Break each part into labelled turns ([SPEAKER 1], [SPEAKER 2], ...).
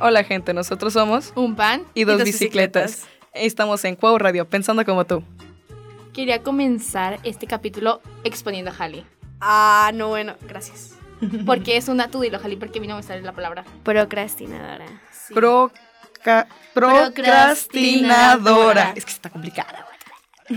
[SPEAKER 1] Hola gente, nosotros somos
[SPEAKER 2] Un pan
[SPEAKER 1] y dos, bicicletas. Estamos en Cuau Radio, pensando como tú.
[SPEAKER 2] Quería comenzar este capítulo exponiendo a Halley.
[SPEAKER 3] Ah, no, bueno, gracias.
[SPEAKER 2] Porque es una tú dilo, Halley, porque a mí no me sale la palabra.
[SPEAKER 3] Procrastinadora.
[SPEAKER 1] Proca- procrastinadora.
[SPEAKER 2] Procrastinadora.
[SPEAKER 1] Es que está complicada. güey.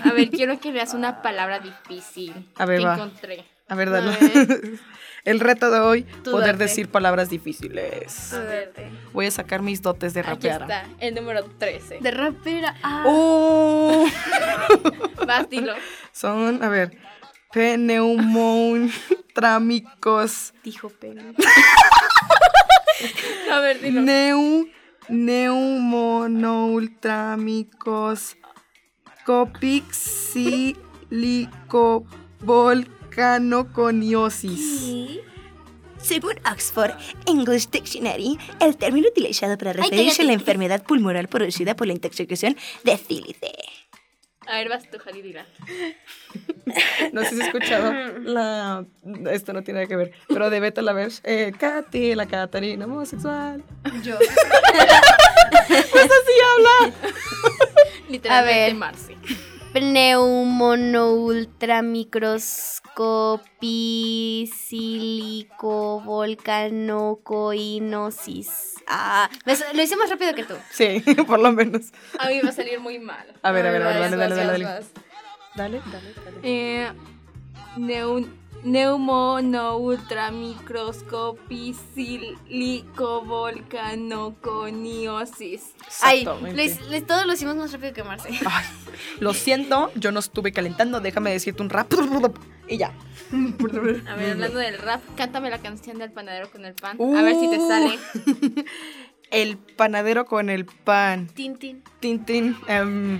[SPEAKER 2] A ver, quiero que veas una palabra difícil
[SPEAKER 1] A ver,
[SPEAKER 2] que
[SPEAKER 1] va.
[SPEAKER 2] encontré.
[SPEAKER 1] A ver, dale.
[SPEAKER 2] A ver.
[SPEAKER 1] El reto de hoy,
[SPEAKER 2] Tú
[SPEAKER 1] poder
[SPEAKER 2] date.
[SPEAKER 1] decir palabras difíciles.
[SPEAKER 2] A
[SPEAKER 3] Ah.
[SPEAKER 2] ver,
[SPEAKER 1] Voy a sacar mis dotes de
[SPEAKER 2] aquí
[SPEAKER 1] rapear.
[SPEAKER 2] está, el número 13.
[SPEAKER 3] De rapera. Ah.
[SPEAKER 1] Uh,
[SPEAKER 2] Vas, dilo.
[SPEAKER 1] son, a ver, pneumon, trámicos,
[SPEAKER 3] Dijo pene.
[SPEAKER 2] A ver, dilo.
[SPEAKER 1] Neu, neumonoultrámicos, copixilicovolcanoconiosis.
[SPEAKER 4] Según Oxford English Dictionary, el término utilizado para referirse a la enfermedad pulmonar producida por la intoxicación de sílice.
[SPEAKER 2] A ver, vas tú, Halley, dila.
[SPEAKER 1] No sé si has escuchado la... Esto no tiene nada que ver, pero de Beta la ver. Eh, Katy, la Catarina homosexual.
[SPEAKER 3] Yo.
[SPEAKER 2] Literalmente,
[SPEAKER 3] ver.
[SPEAKER 2] Marcy.
[SPEAKER 3] Pneumonoultramicroscopicilicovolcanocoinosis. Ah, me sa- lo hice más rápido que tú.
[SPEAKER 1] Sí, por lo menos.
[SPEAKER 2] A mí me va a salir muy mal.
[SPEAKER 1] A ver, a ver, a ver,
[SPEAKER 2] vas,
[SPEAKER 1] dale, dale, dale,
[SPEAKER 2] vas, vas,
[SPEAKER 1] dale.
[SPEAKER 2] vas.
[SPEAKER 1] Dale, dale, dale.
[SPEAKER 2] Eh, neu- neumonoultramicroscopicilicovolcanoconiosis.
[SPEAKER 3] Ay,
[SPEAKER 1] Exactamente.
[SPEAKER 3] lo hice- lo- todos lo hicimos más rápido que Marce.
[SPEAKER 1] Ay, lo siento, yo no estuve calentando, déjame decirte un rap. Y ya.
[SPEAKER 2] A ver, hablando del rap, cántame la canción del panadero con el pan. A ver si te
[SPEAKER 1] Uh.
[SPEAKER 2] sale.
[SPEAKER 1] El panadero con el pan.
[SPEAKER 3] Tintin.
[SPEAKER 1] Tintín. em,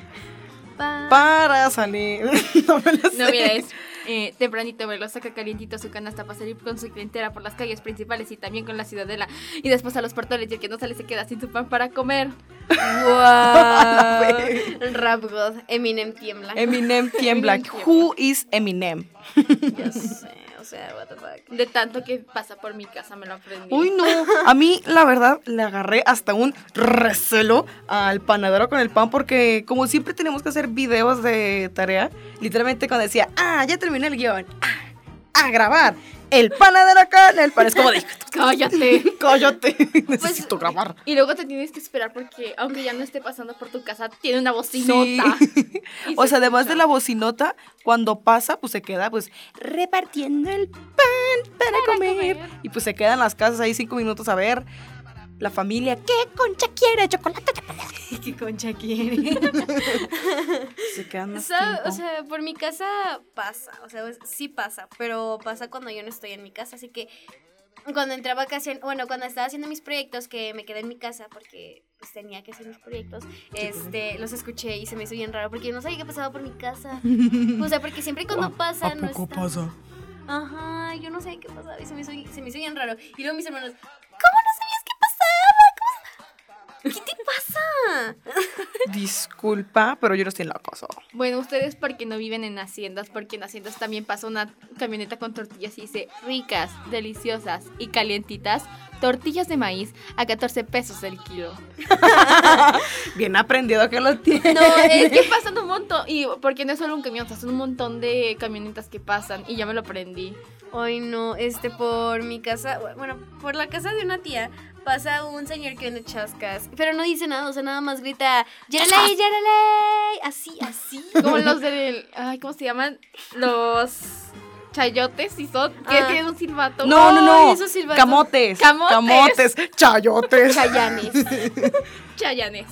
[SPEAKER 3] Pa.
[SPEAKER 1] para salir. No me lo sé.
[SPEAKER 2] No, mira, es eh, tempranito verlo, saca calientito su canasta para salir con su clientela por las calles principales y también con la ciudadela. Y después a los portales y el que no sale se queda sin su pan para comer.
[SPEAKER 1] la
[SPEAKER 3] Wow. Rap God. Eminem tiembla.
[SPEAKER 1] Eminem tiembla.
[SPEAKER 2] Eminem tiembla.
[SPEAKER 1] Who is Eminem?
[SPEAKER 3] Yo sé, o sea, what the fuck.
[SPEAKER 2] De tanto que pasa por mi casa me lo aprendí.
[SPEAKER 1] Uy, no. A mí, la verdad, le agarré hasta un recelo al panadero con el pan porque, como siempre tenemos que hacer videos de tarea, literalmente cuando decía, ah, ya terminé el guión, ah, a grabar. El panadero con el pan. Es como de,
[SPEAKER 2] Cállate.
[SPEAKER 1] coyote,
[SPEAKER 2] Pues,
[SPEAKER 1] necesito grabar.
[SPEAKER 2] Y luego te tienes que esperar porque, aunque ya no esté pasando por tu casa, tiene una
[SPEAKER 1] Sí.
[SPEAKER 2] bocinota. Y
[SPEAKER 1] O
[SPEAKER 2] se
[SPEAKER 1] sea, además
[SPEAKER 2] escucha.
[SPEAKER 1] de la bocinota, cuando pasa, pues se queda, pues,
[SPEAKER 4] Repartiendo el
[SPEAKER 1] para comer.
[SPEAKER 2] comer.
[SPEAKER 1] Y pues se quedan las casas ahí cinco minutos a ver la familia. ¿Qué concha quiere? ¿Chocolate?
[SPEAKER 3] ¿Qué concha quiere?
[SPEAKER 1] Se quedan más
[SPEAKER 3] Sa-
[SPEAKER 1] tiempo.
[SPEAKER 3] O sea, por mi casa pasa, o sea, es- sí pasa, pero pasa cuando yo no estoy en mi casa, así que cuando entré a vacaciones, bueno, cuando estaba haciendo mis proyectos, que me quedé en mi casa porque pues, tenía que hacer mis proyectos, este, los escuché y se me hizo bien raro porque yo no sabía que pasaba por mi casa. O sea, porque siempre
[SPEAKER 1] Ah,
[SPEAKER 3] cuando pasa no está- Ajá, yo no sabía qué pasaba y se me hizo, se me hizo bien raro. Y luego mis hermanos, ¿cómo no sabías qué pasaba? ¿Cómo sa- ¿Qué te pasa?
[SPEAKER 1] Disculpa, pero yo no estoy en la cosa.
[SPEAKER 2] Bueno, ustedes porque no viven en haciendas, porque en haciendas también pasa una camioneta con tortillas y dice ricas, deliciosas y calientitas, tortillas de maíz a 14 pesos el kilo.
[SPEAKER 1] Bien aprendido que lo tiene.
[SPEAKER 2] No, es que pasan un montón, y porque no es solo un camión, o sea, son un montón de camionetas que pasan y ya me lo aprendí.
[SPEAKER 3] Ay, no, este, por mi casa, bueno, por la casa de una tía pasa un señor que vende chascas, pero no dice nada, o sea, nada más grita, ¡Yaraley, yaraley! Así, así.
[SPEAKER 2] Como los del, ay, ¿cómo se llaman? Los chayotes y son, que
[SPEAKER 3] Ah.
[SPEAKER 2] tienen un silbato.
[SPEAKER 1] No, no, no.
[SPEAKER 3] Ay, esos silbatos.
[SPEAKER 1] Camotes.
[SPEAKER 2] Camotes.
[SPEAKER 1] Chayotes.
[SPEAKER 3] Chayanes.
[SPEAKER 2] Chayanes.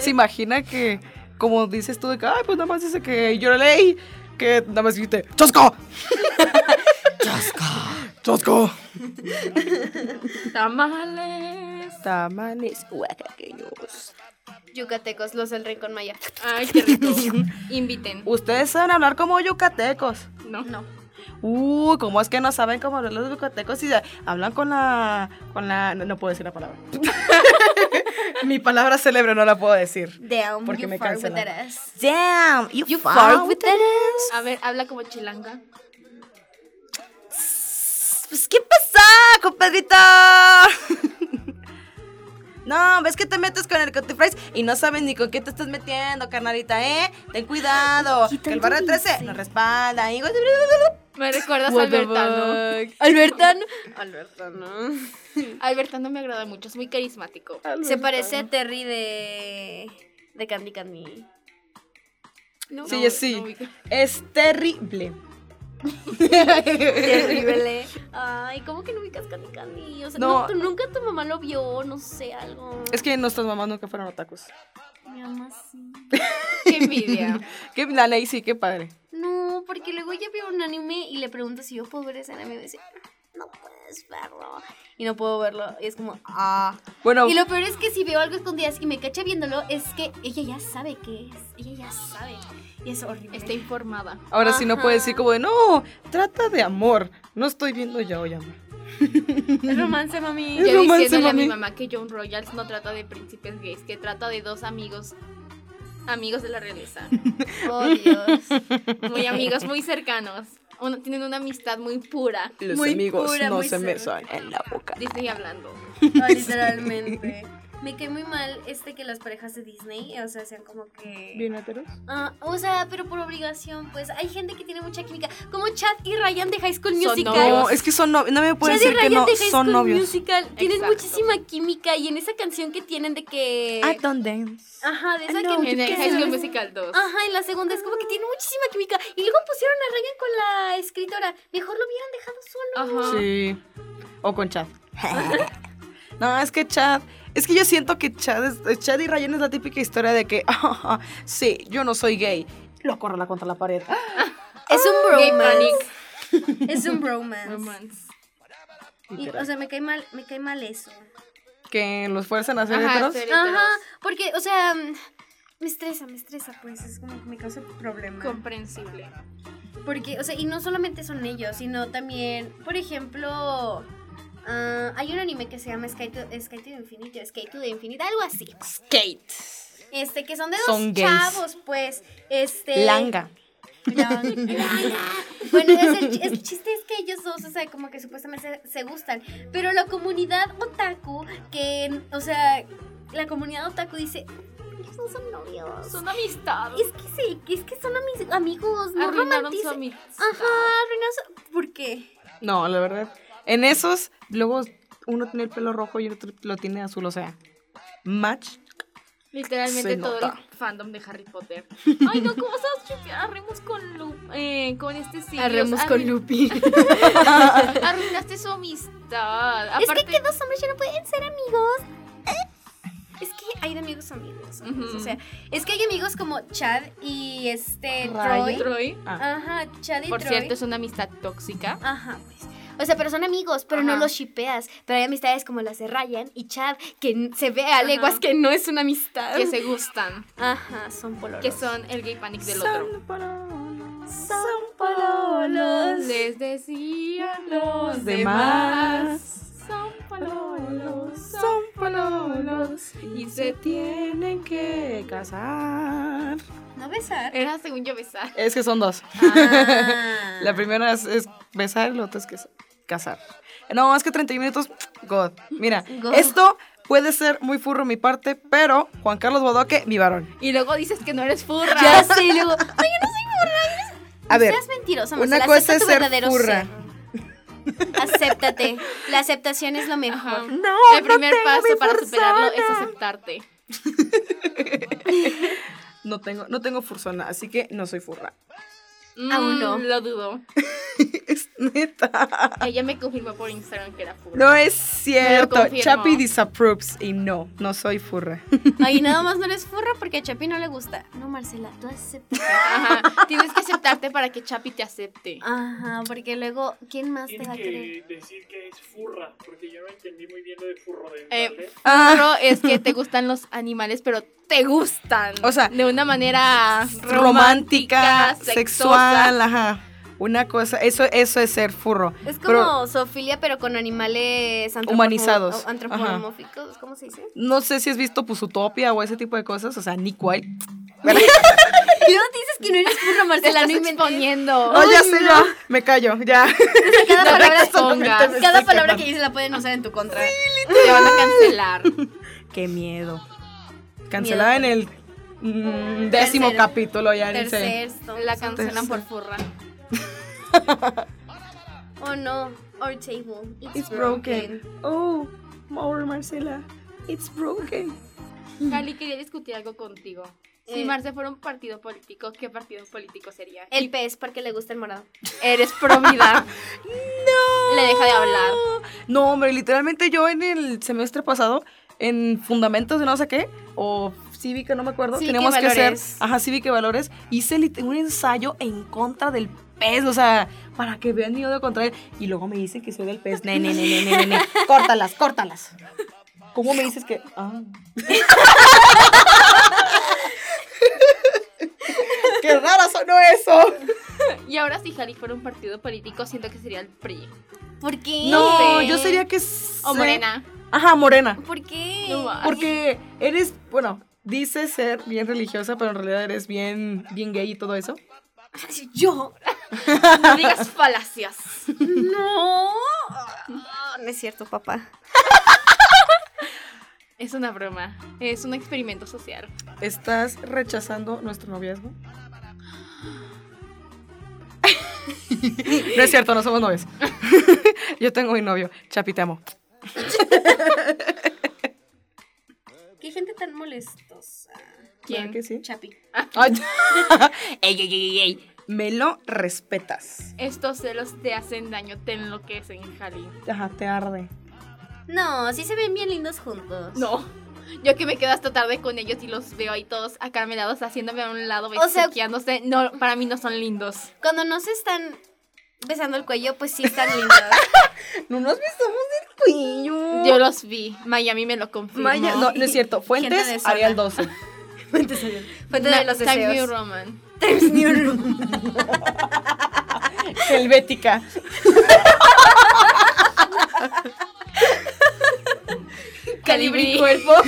[SPEAKER 1] Se imagina que, como dices tú, de que, ay, pues nada más dice que yo leí, que nada más dijiste, ¡Chosco! ¡Chosco! ¡Chosco!
[SPEAKER 2] Tamales.
[SPEAKER 1] Tamales oaxaqueños.
[SPEAKER 3] Yucatecos, los del Rincón Maya.
[SPEAKER 2] Ay, qué rico. Inviten.
[SPEAKER 1] Ustedes saben hablar como yucatecos.
[SPEAKER 2] No.
[SPEAKER 3] No.
[SPEAKER 1] Uy, ¿cómo es que no saben cómo hablar los yucatecos y hablan con la. con la. No, no puedo decir la palabra. Mi palabra célebre no la puedo decir.
[SPEAKER 3] Damn,
[SPEAKER 1] Porque
[SPEAKER 3] you
[SPEAKER 1] me
[SPEAKER 3] far with
[SPEAKER 1] cancelan.
[SPEAKER 3] that ass.
[SPEAKER 4] damn, you,
[SPEAKER 3] You
[SPEAKER 4] far
[SPEAKER 3] far
[SPEAKER 4] with
[SPEAKER 3] with that ass.
[SPEAKER 2] A ver, habla como chilanga.
[SPEAKER 4] Pues, ¿Qué pasa, compadrito?
[SPEAKER 1] ves que te metes con el Cutty Fries y no sabes ni con qué te estás metiendo, carnalita, ¿eh? Ten cuidado. Que el barrio 13 nos respalda. Y...
[SPEAKER 2] Me recuerdas a Albertano.
[SPEAKER 3] Albertano.
[SPEAKER 2] Albertano me agrada mucho, es muy carismático.
[SPEAKER 3] Se parece a Terry de. de Candy Candy.
[SPEAKER 2] No,
[SPEAKER 1] Sí,
[SPEAKER 2] no,
[SPEAKER 1] es sí.
[SPEAKER 2] no ubico.
[SPEAKER 1] Es terrible.
[SPEAKER 3] Terrible. Ay, ¿cómo que no ubicas Candy Candy? O sea,
[SPEAKER 1] No.
[SPEAKER 3] no, tú- nunca tu mamá lo vio, no sé, algo.
[SPEAKER 1] Es que nuestras mamás nunca fueron otakus.
[SPEAKER 3] Mi mamá sí.
[SPEAKER 2] Qué envidia.
[SPEAKER 1] Qué la ley sí, qué padre.
[SPEAKER 3] No, porque luego ella vio un anime y le pregunto si yo puedo ver ese anime y me dice, no puedes verlo. Y no puedo verlo. Y es como, ah.
[SPEAKER 1] Bueno,
[SPEAKER 3] Y lo peor es que si veo algo escondidas y me cacha viéndolo, es que ella ya sabe qué es. Ella ya sabe. Y es horrible.
[SPEAKER 2] Está informada.
[SPEAKER 1] ahora sí no puede decir
[SPEAKER 3] Ajá.
[SPEAKER 1] como de, no, trata de amor. No estoy viendo ya hoy amor.
[SPEAKER 3] Es romance, mami.
[SPEAKER 1] Es
[SPEAKER 2] Yo
[SPEAKER 1] romance,
[SPEAKER 2] diciéndole a mi
[SPEAKER 1] mami.
[SPEAKER 2] mamá que John Royals no trata de príncipes gays, que trata de dos amigos. Amigos de la realeza.
[SPEAKER 3] Oh, Dios.
[SPEAKER 2] Muy amigos, muy cercanos. Uno- tienen una amistad muy pura.
[SPEAKER 1] Los
[SPEAKER 3] Muy
[SPEAKER 1] amigos
[SPEAKER 3] pura,
[SPEAKER 1] no
[SPEAKER 3] muy
[SPEAKER 1] se
[SPEAKER 3] cerda.
[SPEAKER 1] besan en la boca.
[SPEAKER 2] Disney hablando.
[SPEAKER 3] Ah, literalmente. Me cae muy mal este que las parejas de Disney, o sea, sean como que... Ah, o sea, pero por obligación, pues hay gente que tiene mucha química, como Chad y Ryan de High School
[SPEAKER 2] Son
[SPEAKER 3] Musical.
[SPEAKER 1] No,
[SPEAKER 2] novios.
[SPEAKER 1] es que son novios. No me pueden
[SPEAKER 3] Chad y
[SPEAKER 1] decir que
[SPEAKER 3] Ryan
[SPEAKER 1] no,
[SPEAKER 3] de High
[SPEAKER 1] son
[SPEAKER 3] School
[SPEAKER 1] novios.
[SPEAKER 3] Musical tienen
[SPEAKER 2] Exacto.
[SPEAKER 3] muchísima química y en esa canción que tienen de que
[SPEAKER 4] ¿A dónde?
[SPEAKER 3] Ajá, de esa
[SPEAKER 4] Ah, no,
[SPEAKER 3] que
[SPEAKER 2] En el
[SPEAKER 4] ¿qué?
[SPEAKER 2] High School Musical 2.
[SPEAKER 3] Ajá, en la segunda es como que tienen muchísima química y luego pusieron a Ryan con la escritora. Mejor lo hubieran dejado solo.
[SPEAKER 2] Ajá.
[SPEAKER 1] Sí. O con Chad. No, es que Chad. Es que yo siento que Chad, es- eh, Chad y Ryan es la típica historia de que, "Ah, sí, yo no soy gay. Lo corrala contra la pared.
[SPEAKER 3] Es un
[SPEAKER 2] Gay
[SPEAKER 3] bromance.
[SPEAKER 2] Panic.
[SPEAKER 3] Es un bromance.
[SPEAKER 2] Romance.
[SPEAKER 3] Y, o sea, me cae mal, me cae mal eso.
[SPEAKER 1] que los fuerzan a ser
[SPEAKER 2] Ajá,
[SPEAKER 1] heteros.
[SPEAKER 2] ser heteros.
[SPEAKER 3] Ajá, porque o sea, mm, me estresa, me estresa, pues es como que me causa problemas.
[SPEAKER 2] Comprensible.
[SPEAKER 3] Porque, o sea, y no solamente son ellos, sino también, por ejemplo, ah, hay un anime que se llama Sky to, Sky to Infinity, o Skate to the Infinite, algo así.
[SPEAKER 1] Skate.
[SPEAKER 3] Este, que son de dos
[SPEAKER 1] Son gays.
[SPEAKER 3] chavos, pues. Este.
[SPEAKER 1] Langa.
[SPEAKER 3] Lang- Langa. Bueno, es el, chi- el chiste es que ellos dos, o sea, como que supuestamente se, se gustan. Pero la comunidad otaku, que, o sea, la comunidad otaku dice. Ellos no son novios.
[SPEAKER 2] Son amistad.
[SPEAKER 3] Es que sí, que es que son amis- amigos, no
[SPEAKER 2] Arruinaron su
[SPEAKER 3] romanticen.
[SPEAKER 2] amistad.
[SPEAKER 3] Ajá, arruinaron su- ¿Por qué?
[SPEAKER 1] No, la verdad. En esos, luego uno tiene el pelo rojo y otro lo tiene azul, o sea. Match.
[SPEAKER 2] Literalmente
[SPEAKER 1] Se
[SPEAKER 2] todo
[SPEAKER 1] nota.
[SPEAKER 2] el fandom de Harry Potter. Ay, no, ¿cómo estás chipeando? Arremos con Lu- eh, con este Sirius. Arruin-
[SPEAKER 4] Lupi.
[SPEAKER 2] Arruinaste su amistad. Aparte,
[SPEAKER 3] Es que, que dos hombres ya no pueden ser amigos. ¿Eh? Es que hay de amigos a amigos. ¿sabes?
[SPEAKER 2] Ujú.
[SPEAKER 3] O sea, es que hay amigos como Chad y este
[SPEAKER 1] Ryan.
[SPEAKER 3] Troy.
[SPEAKER 2] Troy,
[SPEAKER 3] Ajá, Chad y
[SPEAKER 2] por
[SPEAKER 3] Troy.
[SPEAKER 2] cierto, es una amistad tóxica.
[SPEAKER 3] Ajá, pues. O sea, pero son amigos, pero no
[SPEAKER 2] Ajá.
[SPEAKER 3] los shipeas. Pero hay amistades como las de Ryan y Chad, que n- se ve a leguas que no es una amistad.
[SPEAKER 2] Que se gustan.
[SPEAKER 3] Ajá, son pololos.
[SPEAKER 2] Que son el gay panic del otro.
[SPEAKER 3] Son pololos.
[SPEAKER 2] Les decían los
[SPEAKER 1] Los demás.
[SPEAKER 2] demás. Son palolos.
[SPEAKER 1] Son palolos y se tienen que casar.
[SPEAKER 3] No besar.
[SPEAKER 2] Era según yo besar.
[SPEAKER 1] Es que son dos.
[SPEAKER 3] Ah.
[SPEAKER 1] La primera es, es besar, la otra es que es casar. No, es que 31 minutos, God. Mira,
[SPEAKER 3] God.
[SPEAKER 1] esto puede ser muy furro mi parte, pero Juan Carlos Bodoque, mi varón.
[SPEAKER 2] Y luego dices que no eres furra.
[SPEAKER 3] Ya sé, y luego. Ay, yo no soy
[SPEAKER 1] A ver,
[SPEAKER 3] Seas mentirosa,
[SPEAKER 1] una
[SPEAKER 3] Marcela,
[SPEAKER 1] cosa
[SPEAKER 3] acepta
[SPEAKER 1] es
[SPEAKER 3] tu
[SPEAKER 1] ser
[SPEAKER 3] verdadero
[SPEAKER 1] furra.
[SPEAKER 3] ser. Acéptate. La aceptación es lo mejor.
[SPEAKER 2] Ajá.
[SPEAKER 1] No,
[SPEAKER 2] el primer
[SPEAKER 1] no tengo
[SPEAKER 2] paso
[SPEAKER 1] mi
[SPEAKER 2] para
[SPEAKER 1] fursona.
[SPEAKER 2] superarlo es aceptarte.
[SPEAKER 1] No tengo, no tengo fursona, así que no soy furra.
[SPEAKER 3] Aún
[SPEAKER 2] Mm,
[SPEAKER 3] no.
[SPEAKER 2] Lo dudo.
[SPEAKER 1] es neta.
[SPEAKER 2] Ella me confirmó por Instagram que era furra.
[SPEAKER 1] No es cierto.
[SPEAKER 2] confirmo.
[SPEAKER 1] Chapi disapproves y no, no soy furra.
[SPEAKER 3] Ay, nada más no eres furra porque a Chapi no le gusta. No, Marcela, tú aceptas.
[SPEAKER 2] Ajá. Tienes que aceptarte para que Chapi te acepte.
[SPEAKER 3] Ajá, porque luego, ¿quién más te
[SPEAKER 5] Tiene
[SPEAKER 3] va a querer?
[SPEAKER 5] que decir que es furra, porque yo no entendí muy bien lo de furro de
[SPEAKER 2] Eh,
[SPEAKER 5] ¿vale?
[SPEAKER 2] Furro
[SPEAKER 1] Ah.
[SPEAKER 2] es que te gustan los animales, pero te gustan.
[SPEAKER 1] O sea,
[SPEAKER 2] de una manera
[SPEAKER 1] romántica,
[SPEAKER 2] sexosa.
[SPEAKER 1] sexual, ajá. Una cosa, eso, eso es ser furro.
[SPEAKER 3] Es como
[SPEAKER 1] Pero-
[SPEAKER 3] zoofilia, pero con animales antropomor-
[SPEAKER 1] Humanizados.
[SPEAKER 3] o- antropomórficos, ¿cómo se dice?
[SPEAKER 1] No sé si has visto Pusutopia o ese tipo de cosas, o sea, Nick Wilde.
[SPEAKER 3] Y luego te dices que no eres burro,
[SPEAKER 2] Te la
[SPEAKER 3] Marcela, no
[SPEAKER 2] estoy
[SPEAKER 3] inventé.
[SPEAKER 2] exponiendo.
[SPEAKER 1] Oh, ya sé, ya. Me callo, ya.
[SPEAKER 3] Cada
[SPEAKER 2] No
[SPEAKER 3] palabra,
[SPEAKER 2] te pongas.
[SPEAKER 3] cada
[SPEAKER 1] Estoy
[SPEAKER 3] palabra
[SPEAKER 1] quemando.
[SPEAKER 3] que dices la pueden usar en tu contra.
[SPEAKER 2] Te van a cancelar.
[SPEAKER 1] Qué miedo. Cancelada en el mm, décimo
[SPEAKER 3] Tercero.
[SPEAKER 1] capítulo ya en el
[SPEAKER 3] Tercer,
[SPEAKER 2] La
[SPEAKER 3] son-
[SPEAKER 2] cancelan por furra.
[SPEAKER 3] Oh no, our table, it's,
[SPEAKER 1] It's broken.
[SPEAKER 3] broken.
[SPEAKER 1] Oh, Mauro Marcela. It's broken. Mm.
[SPEAKER 2] Cali, quería discutir algo contigo. Si
[SPEAKER 3] Eh.
[SPEAKER 2] Marce fuera un partido político, ¿qué partido político sería?
[SPEAKER 3] El pez, porque le gusta el morado.
[SPEAKER 2] Eres pro vida. no. Le deja de hablar.
[SPEAKER 1] No, hombre, literalmente yo en el semestre pasado, en Fundamentos de no sé qué, o Cívica, no me acuerdo,
[SPEAKER 3] Cívica y
[SPEAKER 1] teníamos que hacer,
[SPEAKER 3] Valores.
[SPEAKER 1] ajá, Cívica y Valores, hice lit- un ensayo en contra del pez, o sea, para que vean mi odio contra él. Y luego me dicen que soy del pez, ne, ne, ne, ne, ne, ne, ne. córtalas, córtalas. ¿Cómo me dices que...? Ah. ¡Qué raro sonó eso!
[SPEAKER 2] Y ahora si Cali fuera un partido político, siento que sería el PRI.
[SPEAKER 3] ¿Por qué?
[SPEAKER 1] No, yo sería que... sé-
[SPEAKER 2] O Morena.
[SPEAKER 1] Ajá, morena.
[SPEAKER 3] ¿Por qué?
[SPEAKER 2] No va.
[SPEAKER 1] Porque eres, bueno, dices ser bien religiosa, pero en realidad eres bien, bien gay y todo eso.
[SPEAKER 3] Yo.
[SPEAKER 2] No digas falacias.
[SPEAKER 3] No. Ah, No es cierto, papá.
[SPEAKER 2] Es una broma. Es un experimento social.
[SPEAKER 1] ¿Estás rechazando nuestro noviazgo? no es cierto, no somos novios. Yo tengo mi novio, Chapi, te amo.
[SPEAKER 3] Qué gente tan molestosa.
[SPEAKER 1] ¿Verdad que sí?
[SPEAKER 3] Chapi.
[SPEAKER 1] Ay, ey, ey, ey, ey. Me lo respetas.
[SPEAKER 2] Estos celos te hacen daño, te enloquecen, Jali.
[SPEAKER 1] Ajá, te arde.
[SPEAKER 3] No, sí se ven bien lindos juntos.
[SPEAKER 2] No. Yo que me quedo hasta tarde con ellos y los veo ahí todos acaramelados, haciéndome a un lado,
[SPEAKER 3] O sea-
[SPEAKER 2] besuqueándose. No, para mí no son lindos.
[SPEAKER 3] Cuando no se están besando el cuello, pues sí están lindos.
[SPEAKER 1] No nos besamos del cuello.
[SPEAKER 2] Yo los vi. Miami me lo confirmó.
[SPEAKER 1] Maya- no, no es cierto.
[SPEAKER 3] Gente de
[SPEAKER 1] Fuentes,
[SPEAKER 3] zona.
[SPEAKER 1] Arial 12.
[SPEAKER 3] Fuente de
[SPEAKER 2] Na-
[SPEAKER 3] los
[SPEAKER 2] Time New
[SPEAKER 3] deseos.
[SPEAKER 2] Roman.
[SPEAKER 3] Times New Roman.
[SPEAKER 1] Helvética.
[SPEAKER 2] Calibri.
[SPEAKER 1] cuerpo.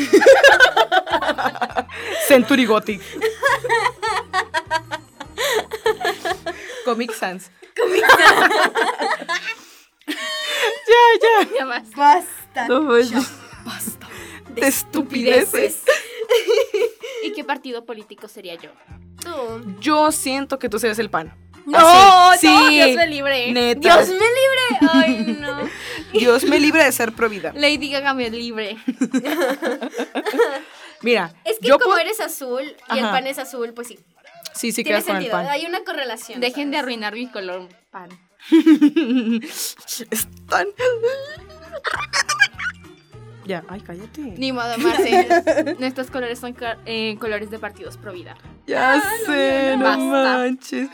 [SPEAKER 1] Century Gothic. Comic Sans. ya, ya.
[SPEAKER 2] Ya más.
[SPEAKER 3] Basta.
[SPEAKER 1] No manches. De estupideces.
[SPEAKER 2] ¿Y qué partido político sería yo?
[SPEAKER 3] Tú.
[SPEAKER 1] Yo siento que tú serías el pan.
[SPEAKER 2] No,
[SPEAKER 1] sí.
[SPEAKER 2] no,
[SPEAKER 1] Sí.
[SPEAKER 2] Dios me libre.
[SPEAKER 1] Neta.
[SPEAKER 3] Dios me libre. Ay, no.
[SPEAKER 1] Dios me libre de ser provida.
[SPEAKER 2] Lady Gaga me libre.
[SPEAKER 1] Mira,
[SPEAKER 3] Es que
[SPEAKER 1] yo
[SPEAKER 3] como
[SPEAKER 1] po-
[SPEAKER 3] eres azul y el
[SPEAKER 1] Ajá.
[SPEAKER 3] pan es azul, pues sí.
[SPEAKER 1] Sí, sí
[SPEAKER 3] Tiene
[SPEAKER 1] quedas con el
[SPEAKER 3] sentido.
[SPEAKER 1] pan.
[SPEAKER 3] Hay una correlación.
[SPEAKER 2] Dejen de
[SPEAKER 3] ¿sabes?
[SPEAKER 2] arruinar mi color pan.
[SPEAKER 1] Están. Ya, ay, cállate.
[SPEAKER 2] Ni modo, Marce. Nuestros colores son ca- eh, colores de partidos pro vida.
[SPEAKER 1] Ya sé, no,
[SPEAKER 2] no, no. Basta.
[SPEAKER 1] manches.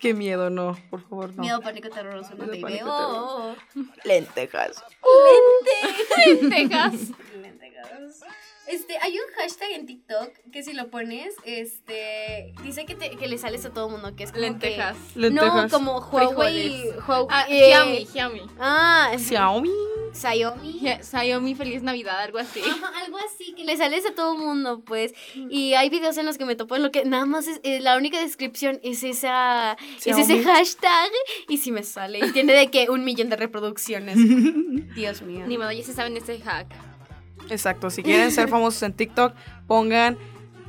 [SPEAKER 1] Qué miedo, no, por favor, no.
[SPEAKER 3] Miedo, pánico, terroroso, no
[SPEAKER 1] Miedo,
[SPEAKER 3] te
[SPEAKER 1] pánico,
[SPEAKER 3] veo. Oh,
[SPEAKER 1] Lentejas.
[SPEAKER 2] Texas.
[SPEAKER 3] Lentejas. Este, hay un hashtag en TikTok que si lo pones, este, dice que, te- que le sales a todo mundo, que es como que-
[SPEAKER 2] Lentejas.
[SPEAKER 1] Lentejas.
[SPEAKER 3] No, como Huawei.
[SPEAKER 2] Frijoles.
[SPEAKER 3] Huawei
[SPEAKER 2] Ah,
[SPEAKER 3] eh,
[SPEAKER 2] Xiaomi, Xiaomi.
[SPEAKER 3] Ah,
[SPEAKER 1] Xiaomi.
[SPEAKER 3] Xiaomi.
[SPEAKER 2] Je- Xiaomi, feliz Navidad, algo así.
[SPEAKER 3] Ajá, algo así, que le sales a todo mundo, pues. Y hay videos en los que me topo en lo que nada más es, eh, la única descripción es esa es ese
[SPEAKER 1] Xiaomi.
[SPEAKER 3] hashtag y si me sale. Y tiene de que un millón de reproducciones. Dios mío.
[SPEAKER 2] Ni modo, ya se saben ese hack.
[SPEAKER 1] Exacto, si quieren ser famosos en TikTok, pongan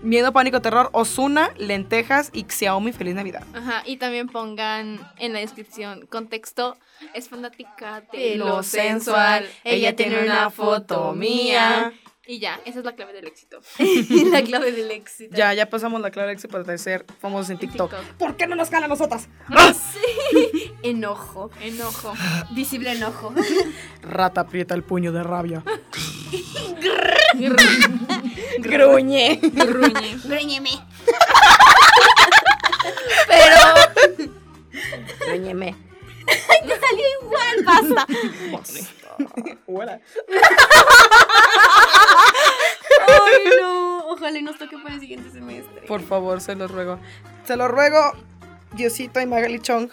[SPEAKER 1] Miedo, Pánico, Terror, Osuna, Lentejas y Xiaomi. Feliz Navidad.
[SPEAKER 2] Ajá, y también pongan en la descripción contexto, es fanática de
[SPEAKER 3] De
[SPEAKER 2] lo,
[SPEAKER 1] lo
[SPEAKER 2] sensual,
[SPEAKER 1] sensual, ella tiene una foto mía.
[SPEAKER 2] Y ya, esa es la clave del éxito.
[SPEAKER 3] la clave del éxito.
[SPEAKER 1] Ya, ya pasamos la clave Exit para ser famosos en TikTok.
[SPEAKER 2] TikTok.
[SPEAKER 1] ¿Por qué no nos calan nosotras?
[SPEAKER 3] Enojo.
[SPEAKER 2] Ah, Enojo.
[SPEAKER 3] Visible enojo.
[SPEAKER 1] Rata aprieta el puño de rabia. Gruñe.
[SPEAKER 2] Gruñe.
[SPEAKER 3] Gruñeme.
[SPEAKER 4] Róñeme.
[SPEAKER 1] Hola.
[SPEAKER 3] Ay, no. Ojalá y nos toque para el siguiente semestre.
[SPEAKER 1] Por favor, se los ruego. Se los ruego, Diosito y Magali Chong,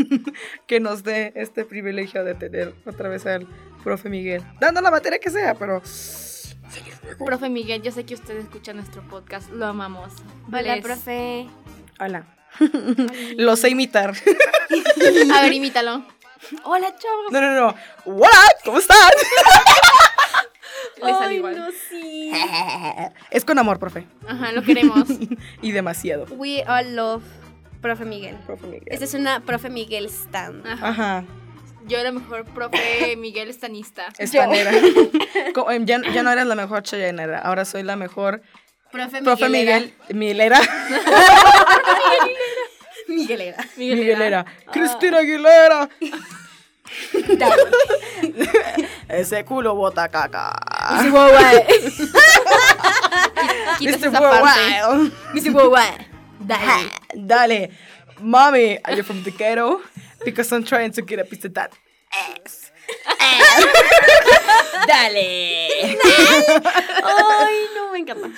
[SPEAKER 1] que nos dé este privilegio de tener otra vez al profe Miguel. Dando la materia que sea, pero. Señor
[SPEAKER 2] Profe Miguel, yo sé que usted escucha nuestro podcast, lo amamos.
[SPEAKER 3] Hola,
[SPEAKER 2] Les-
[SPEAKER 3] profe.
[SPEAKER 1] Hola. Lo sé imitar.
[SPEAKER 2] A ver, imítalo.
[SPEAKER 3] Hola, chavos.
[SPEAKER 1] No, no, no. Hola, ¿cómo están?
[SPEAKER 2] Le sale igual.
[SPEAKER 3] sí.
[SPEAKER 1] Es con amor, profe.
[SPEAKER 2] Ajá, lo queremos.
[SPEAKER 1] Y demasiado.
[SPEAKER 3] We all love profe Miguel.
[SPEAKER 1] Profe Miguel.
[SPEAKER 3] Esta es una profe Miguel stand.
[SPEAKER 2] Ajá.
[SPEAKER 1] Ajá.
[SPEAKER 2] Yo era mejor profe Miguel Stanista.
[SPEAKER 1] Estanera. Co- em, ya, ya no eres la mejor chayanera. Ahora soy la mejor
[SPEAKER 3] Profe
[SPEAKER 1] profe Miguel. Miguelera.
[SPEAKER 3] Miguelera.
[SPEAKER 1] Miguelera. Cristina Aguilera. Ese culo bota caca.
[SPEAKER 3] Missy Worldwide.
[SPEAKER 2] Quitas
[SPEAKER 1] Mr.
[SPEAKER 2] esa parte.
[SPEAKER 1] Worldwide.
[SPEAKER 3] Missy Worldwide. Dale.
[SPEAKER 1] Dale. Mommy, are you from the ghetto? Because I'm trying to get a piece of that.
[SPEAKER 4] Dale.
[SPEAKER 3] Ay, no, me encanta.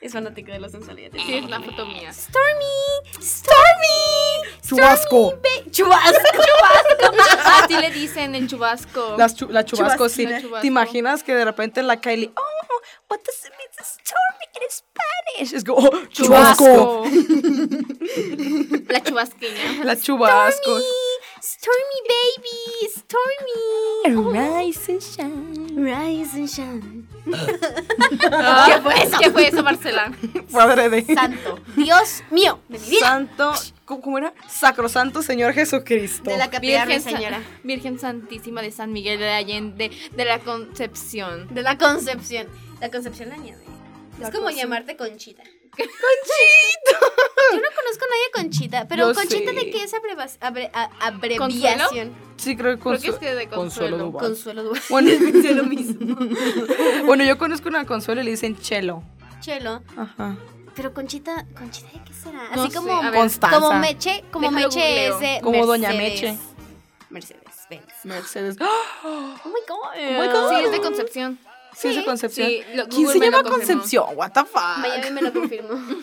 [SPEAKER 3] Es fanática de la sensualidad.
[SPEAKER 2] Sí, es la foto mía.
[SPEAKER 3] Stormy. Stormy.
[SPEAKER 1] Chubasco.
[SPEAKER 3] Chubasco.
[SPEAKER 2] Así Ah, le dicen en Chubasco.
[SPEAKER 1] Las chu- la chubasco, sí.
[SPEAKER 2] La chubasco.
[SPEAKER 1] ¿Te imaginas que de repente la Kylie, oh,
[SPEAKER 4] What does it mean to stormy in Spanish?
[SPEAKER 1] es como, oh, chubasco.
[SPEAKER 2] La chubasqueña.
[SPEAKER 1] La chubasco.
[SPEAKER 3] Stormy baby. Stormy.
[SPEAKER 4] Rise and shine.
[SPEAKER 3] Rise and shine. Ah.
[SPEAKER 2] ¿Qué fue eso? ¿Qué fue eso, Marcela?
[SPEAKER 1] Padre de
[SPEAKER 3] Santo. Dios mío. De mi vida.
[SPEAKER 1] Santo, ¿cómo cómo era? Sacrosanto Señor Jesucristo.
[SPEAKER 3] De la capilla
[SPEAKER 2] Sa-
[SPEAKER 3] señora.
[SPEAKER 2] Virgen Santísima de San Miguel de Allende de la Concepción.
[SPEAKER 3] De la Concepción. La Concepción la añade.
[SPEAKER 2] La
[SPEAKER 3] es como
[SPEAKER 2] Conce-
[SPEAKER 3] llamarte Conchita. ¡Conchita! Yo no conozco a nadie Conchita, pero
[SPEAKER 1] Yo
[SPEAKER 3] ¿Conchita
[SPEAKER 1] sí.
[SPEAKER 3] de qué es abrevas- abre- a- abreviación?
[SPEAKER 1] Sí, creo que,
[SPEAKER 2] Creo que
[SPEAKER 1] Consu-
[SPEAKER 2] es que de Consuelo.
[SPEAKER 1] Duval.
[SPEAKER 3] Consuelo Duval.
[SPEAKER 1] Bueno.
[SPEAKER 3] es lo mismo.
[SPEAKER 1] Bueno, yo conozco una consuelo y le dicen chelo.
[SPEAKER 3] Chelo.
[SPEAKER 1] Ajá.
[SPEAKER 3] Pero Conchita, ¿Conchita de qué será?
[SPEAKER 2] No
[SPEAKER 3] Así
[SPEAKER 2] sé,
[SPEAKER 3] como,
[SPEAKER 2] a ver.
[SPEAKER 1] Constanza.
[SPEAKER 3] como Meche, como
[SPEAKER 2] Déjalo
[SPEAKER 3] Meche
[SPEAKER 2] googleo.
[SPEAKER 3] es de
[SPEAKER 1] Como Doña
[SPEAKER 3] Mercedes.
[SPEAKER 1] Meche.
[SPEAKER 3] Mercedes, Benz.
[SPEAKER 1] Mercedes. ¡Ah!
[SPEAKER 3] Oh my god.
[SPEAKER 2] Sí, es de Concepción.
[SPEAKER 1] Sí, es de Concepción.
[SPEAKER 2] sí, lo-
[SPEAKER 1] ¿Quién
[SPEAKER 2] Google
[SPEAKER 1] se
[SPEAKER 2] me lo
[SPEAKER 1] llama
[SPEAKER 2] confirmó.
[SPEAKER 1] Concepción? What the fuck.
[SPEAKER 3] Miami me lo confirmó.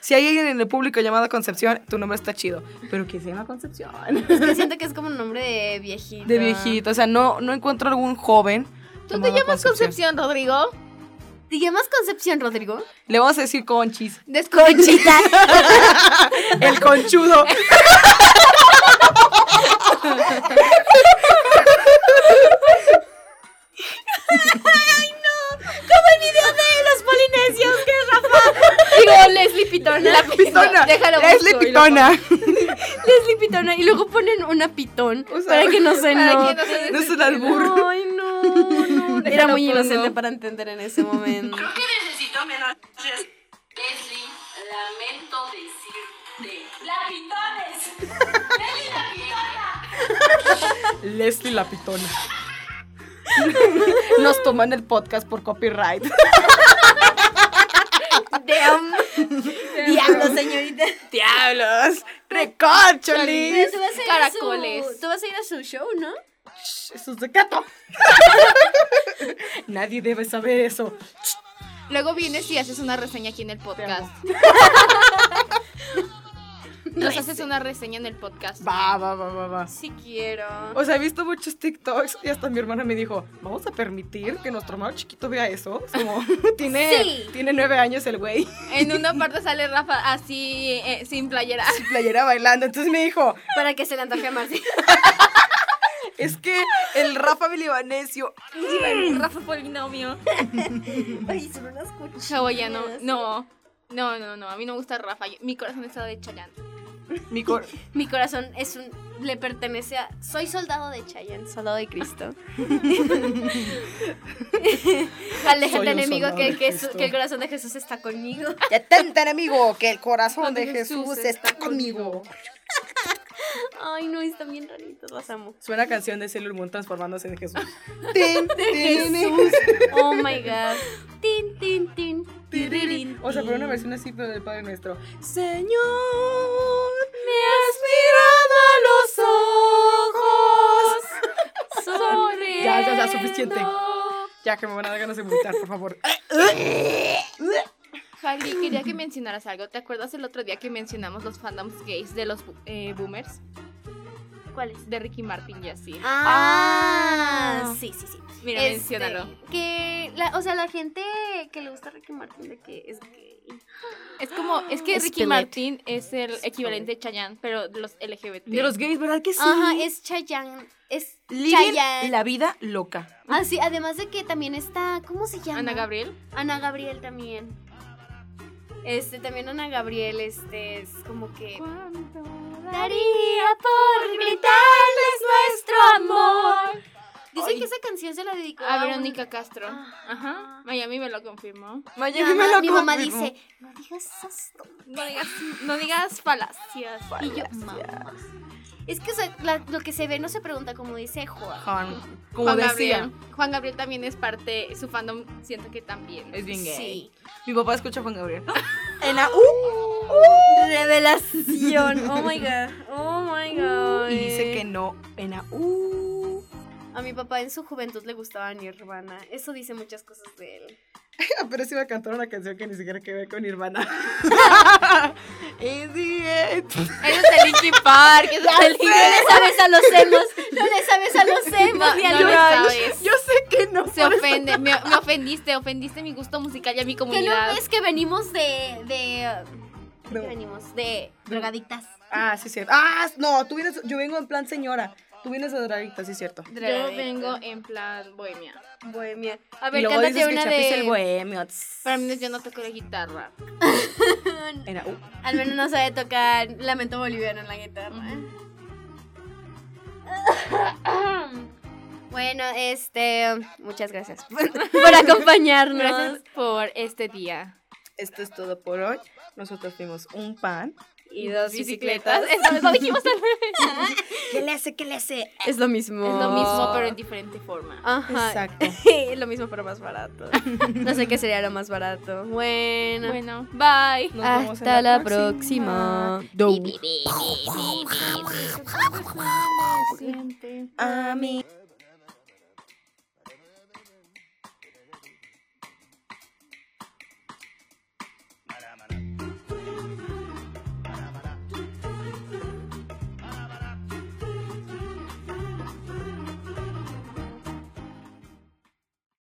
[SPEAKER 1] Si hay alguien en el público llamado Concepción, tu nombre está chido. Pero ¿quién se llama Concepción?
[SPEAKER 3] Es que siento que es como un nombre de viejito.
[SPEAKER 1] De viejito. O sea, no, no encuentro algún joven.
[SPEAKER 2] ¿Tú te
[SPEAKER 1] llamado
[SPEAKER 2] llamas Concepción, Rodrigo?
[SPEAKER 3] ¿Te llamas Concepción, Rodrigo?
[SPEAKER 1] Le vamos a decir Conchis.
[SPEAKER 3] Conchita.
[SPEAKER 1] El conchudo.
[SPEAKER 2] Digo, Leslie Pitona. La
[SPEAKER 1] Pitona.
[SPEAKER 2] Déjalo
[SPEAKER 1] Leslie
[SPEAKER 2] busco y lo
[SPEAKER 1] Pitona.
[SPEAKER 3] Leslie Pitona y luego ponen una pitón
[SPEAKER 1] O sea,
[SPEAKER 3] para que no se
[SPEAKER 2] Para
[SPEAKER 3] no.
[SPEAKER 2] que no se
[SPEAKER 1] No se las burro.
[SPEAKER 3] Ay, no, no. Era
[SPEAKER 2] Déjalo
[SPEAKER 3] muy
[SPEAKER 2] pongo.
[SPEAKER 3] inocente para entender en ese momento.
[SPEAKER 6] Leslie, lamento decirte. ¡Lapitones! ¡Leslie, lapitona!
[SPEAKER 1] Leslie la pitona. Nos toman el podcast por copyright.
[SPEAKER 3] Damn. Diablo, señorita.
[SPEAKER 1] ¡Diablos! ¡Recorcholis!
[SPEAKER 3] Tú vas a ir a su-
[SPEAKER 2] Caracoles.
[SPEAKER 3] Tú vas a ir a su show, ¿no?
[SPEAKER 1] ¡Eso es de gato! Nadie debe saber eso.
[SPEAKER 2] Luego vienes y haces una reseña aquí en el podcast. Nos haces una reseña en el podcast.
[SPEAKER 1] Va, va, va, va, va.
[SPEAKER 3] Sí quiero.
[SPEAKER 1] O sea, he visto muchos TikToks y hasta mi hermana me dijo, ¿vamos a permitir que nuestro hermano chiquito vea eso? Es como, tiene,
[SPEAKER 3] Sí.
[SPEAKER 1] tiene nueve años el güey,
[SPEAKER 2] En una parte sale Rafa así, eh, sin playera.
[SPEAKER 1] playera bailando. Entonces me dijo,
[SPEAKER 3] Para que se le antoje a Marci.
[SPEAKER 1] es que el Rafa Milibanesio...
[SPEAKER 2] Rafa polinomio.
[SPEAKER 3] Ay, son unas cuchillas.
[SPEAKER 2] Hawaiano. No. No, no, no. A mí no me gusta Rafa. Yo- mi corazón está de Chayanne.
[SPEAKER 1] Mi cor-
[SPEAKER 3] Mi corazón es un le pertenece a soy soldado de Chayanne, soldado de Cristo. Aleja
[SPEAKER 1] Soy
[SPEAKER 3] el
[SPEAKER 1] un
[SPEAKER 3] enemigo
[SPEAKER 1] soldado
[SPEAKER 3] que,
[SPEAKER 1] de
[SPEAKER 3] que su-
[SPEAKER 1] Cristo.
[SPEAKER 3] que el corazón de Jesús está conmigo.
[SPEAKER 1] Ya tan tan amigo que el corazón de
[SPEAKER 2] Cuando
[SPEAKER 1] Jesús,
[SPEAKER 2] Jesús
[SPEAKER 1] está,
[SPEAKER 2] está
[SPEAKER 1] conmigo.
[SPEAKER 3] Ay, no, están bien raritos, los amo.
[SPEAKER 1] Suena canción de Sailor Moon transformándose en Jesús. Tin, tin,
[SPEAKER 3] Oh my god. Tin, tin, tin. tirirín,
[SPEAKER 1] O sea, pero una
[SPEAKER 3] tin.
[SPEAKER 1] versión así, pero del Padre Nuestro. Señor, me has mirado a los ojos.
[SPEAKER 2] Sorry.
[SPEAKER 1] Ya, ya, ya, suficiente. Ya que me van a dar ganas de vomitar, por favor.
[SPEAKER 2] Javi, quería que mencionaras algo. ¿Te acuerdas el otro día que mencionamos los fandoms gays de los bu- eh, boomers? ¿Cuáles? De Ricky Martin y así.
[SPEAKER 3] Ah, sí, sí, sí.
[SPEAKER 2] Mira,
[SPEAKER 3] Este,
[SPEAKER 2] menciónalo.
[SPEAKER 3] Que la- o sea, la gente que le gusta Ricky Martin de que es gay.
[SPEAKER 2] Es como, es que Ricky
[SPEAKER 4] Spill it.
[SPEAKER 2] Martin es el equivalente de Chayanne, pero de los LGBT.
[SPEAKER 1] De los gays, ¿verdad que sí?
[SPEAKER 3] Ajá, es Chayanne. Es
[SPEAKER 1] Living
[SPEAKER 3] Chayanne.
[SPEAKER 1] la vida loca.
[SPEAKER 3] Ah, sí, además de que también está, ¿cómo se llama?
[SPEAKER 2] Ana Gabriel.
[SPEAKER 3] Ana Gabriel también. Este, también Ana Gabriel, este, es como que... Daría por gritarles nuestro amor. Dicen que esa canción se la dedicó
[SPEAKER 2] A
[SPEAKER 3] un-
[SPEAKER 2] Verónica Castro.
[SPEAKER 3] Ah.
[SPEAKER 2] Ajá. Miami me lo confirmó.
[SPEAKER 3] Mi
[SPEAKER 1] Miami
[SPEAKER 3] mamá,
[SPEAKER 1] me lo
[SPEAKER 3] mi mamá
[SPEAKER 1] confirmó.
[SPEAKER 3] dice, no digas esas
[SPEAKER 2] No digas, no digas falacias.
[SPEAKER 3] Y yo, mamá. Es que o sea, la- lo que se ve no se pregunta, como dice Juan.
[SPEAKER 1] Juan, como
[SPEAKER 2] Juan
[SPEAKER 1] decía,
[SPEAKER 2] Gabriel. Juan Gabriel también es parte, su fandom siento que también.
[SPEAKER 1] es bien gay.
[SPEAKER 3] Sí.
[SPEAKER 1] Mi papá escucha a Juan Gabriel. En la- ¡Uh! ¡Uh!
[SPEAKER 3] Revelación. Oh my god. Oh my god.
[SPEAKER 1] Y dice que no. En la- ¡Uh!
[SPEAKER 3] A mi papá en su juventud le gustaba Nirvana. Eso dice muchas cosas de él.
[SPEAKER 1] Pero iba a cantar una canción que ni siquiera que ver con Nirvana. Is it?
[SPEAKER 2] Eres de Linkin Park, eres de Linkin
[SPEAKER 3] sabes a los emos. No le sabes a los emos
[SPEAKER 2] No,
[SPEAKER 3] ni a
[SPEAKER 2] no
[SPEAKER 3] los-
[SPEAKER 2] le sabes.
[SPEAKER 1] Yo sé que no.
[SPEAKER 2] Se ofende, me, me ofendiste, ofendiste mi gusto musical y a mi
[SPEAKER 3] Que no
[SPEAKER 2] comunidad.
[SPEAKER 3] ves que venimos de. de ¿de
[SPEAKER 1] No.
[SPEAKER 3] qué venimos? De drogadictas.
[SPEAKER 1] Ah, sí, es cierto. Ah, no, tú vienes, yo vengo en plan señora. Tú vienes de drogadicta, sí, es cierto.
[SPEAKER 2] Yo vengo en plan bohemia.
[SPEAKER 3] Bohemia. A
[SPEAKER 1] y
[SPEAKER 3] ver,
[SPEAKER 1] luego
[SPEAKER 3] cántate
[SPEAKER 1] dices que
[SPEAKER 3] una
[SPEAKER 1] Chapi es el
[SPEAKER 3] de.
[SPEAKER 1] bohemio. tss.
[SPEAKER 2] Para mí yo no toco la guitarra.
[SPEAKER 1] En la- ¡Uh!
[SPEAKER 3] Al menos no sabe tocar Lamento Boliviano en la guitarra. Bueno, este. Muchas gracias por, por acompañarnos.
[SPEAKER 2] Gracias por este día.
[SPEAKER 1] Esto es todo por hoy. Nosotros fuimos un pan.
[SPEAKER 3] Y dos
[SPEAKER 2] Eso, lo dijimos al revés.
[SPEAKER 4] ¿Qué le hace? ¿Qué le hace?
[SPEAKER 3] Es lo mismo.
[SPEAKER 2] Es lo mismo, pero en diferente forma.
[SPEAKER 3] Ajá.
[SPEAKER 1] Exacto.
[SPEAKER 3] lo mismo, pero más barato. No sé qué sería lo más barato. Bueno.
[SPEAKER 2] Bueno, bye.
[SPEAKER 1] Nos vemos en
[SPEAKER 3] Hasta la próxima.
[SPEAKER 1] A mí.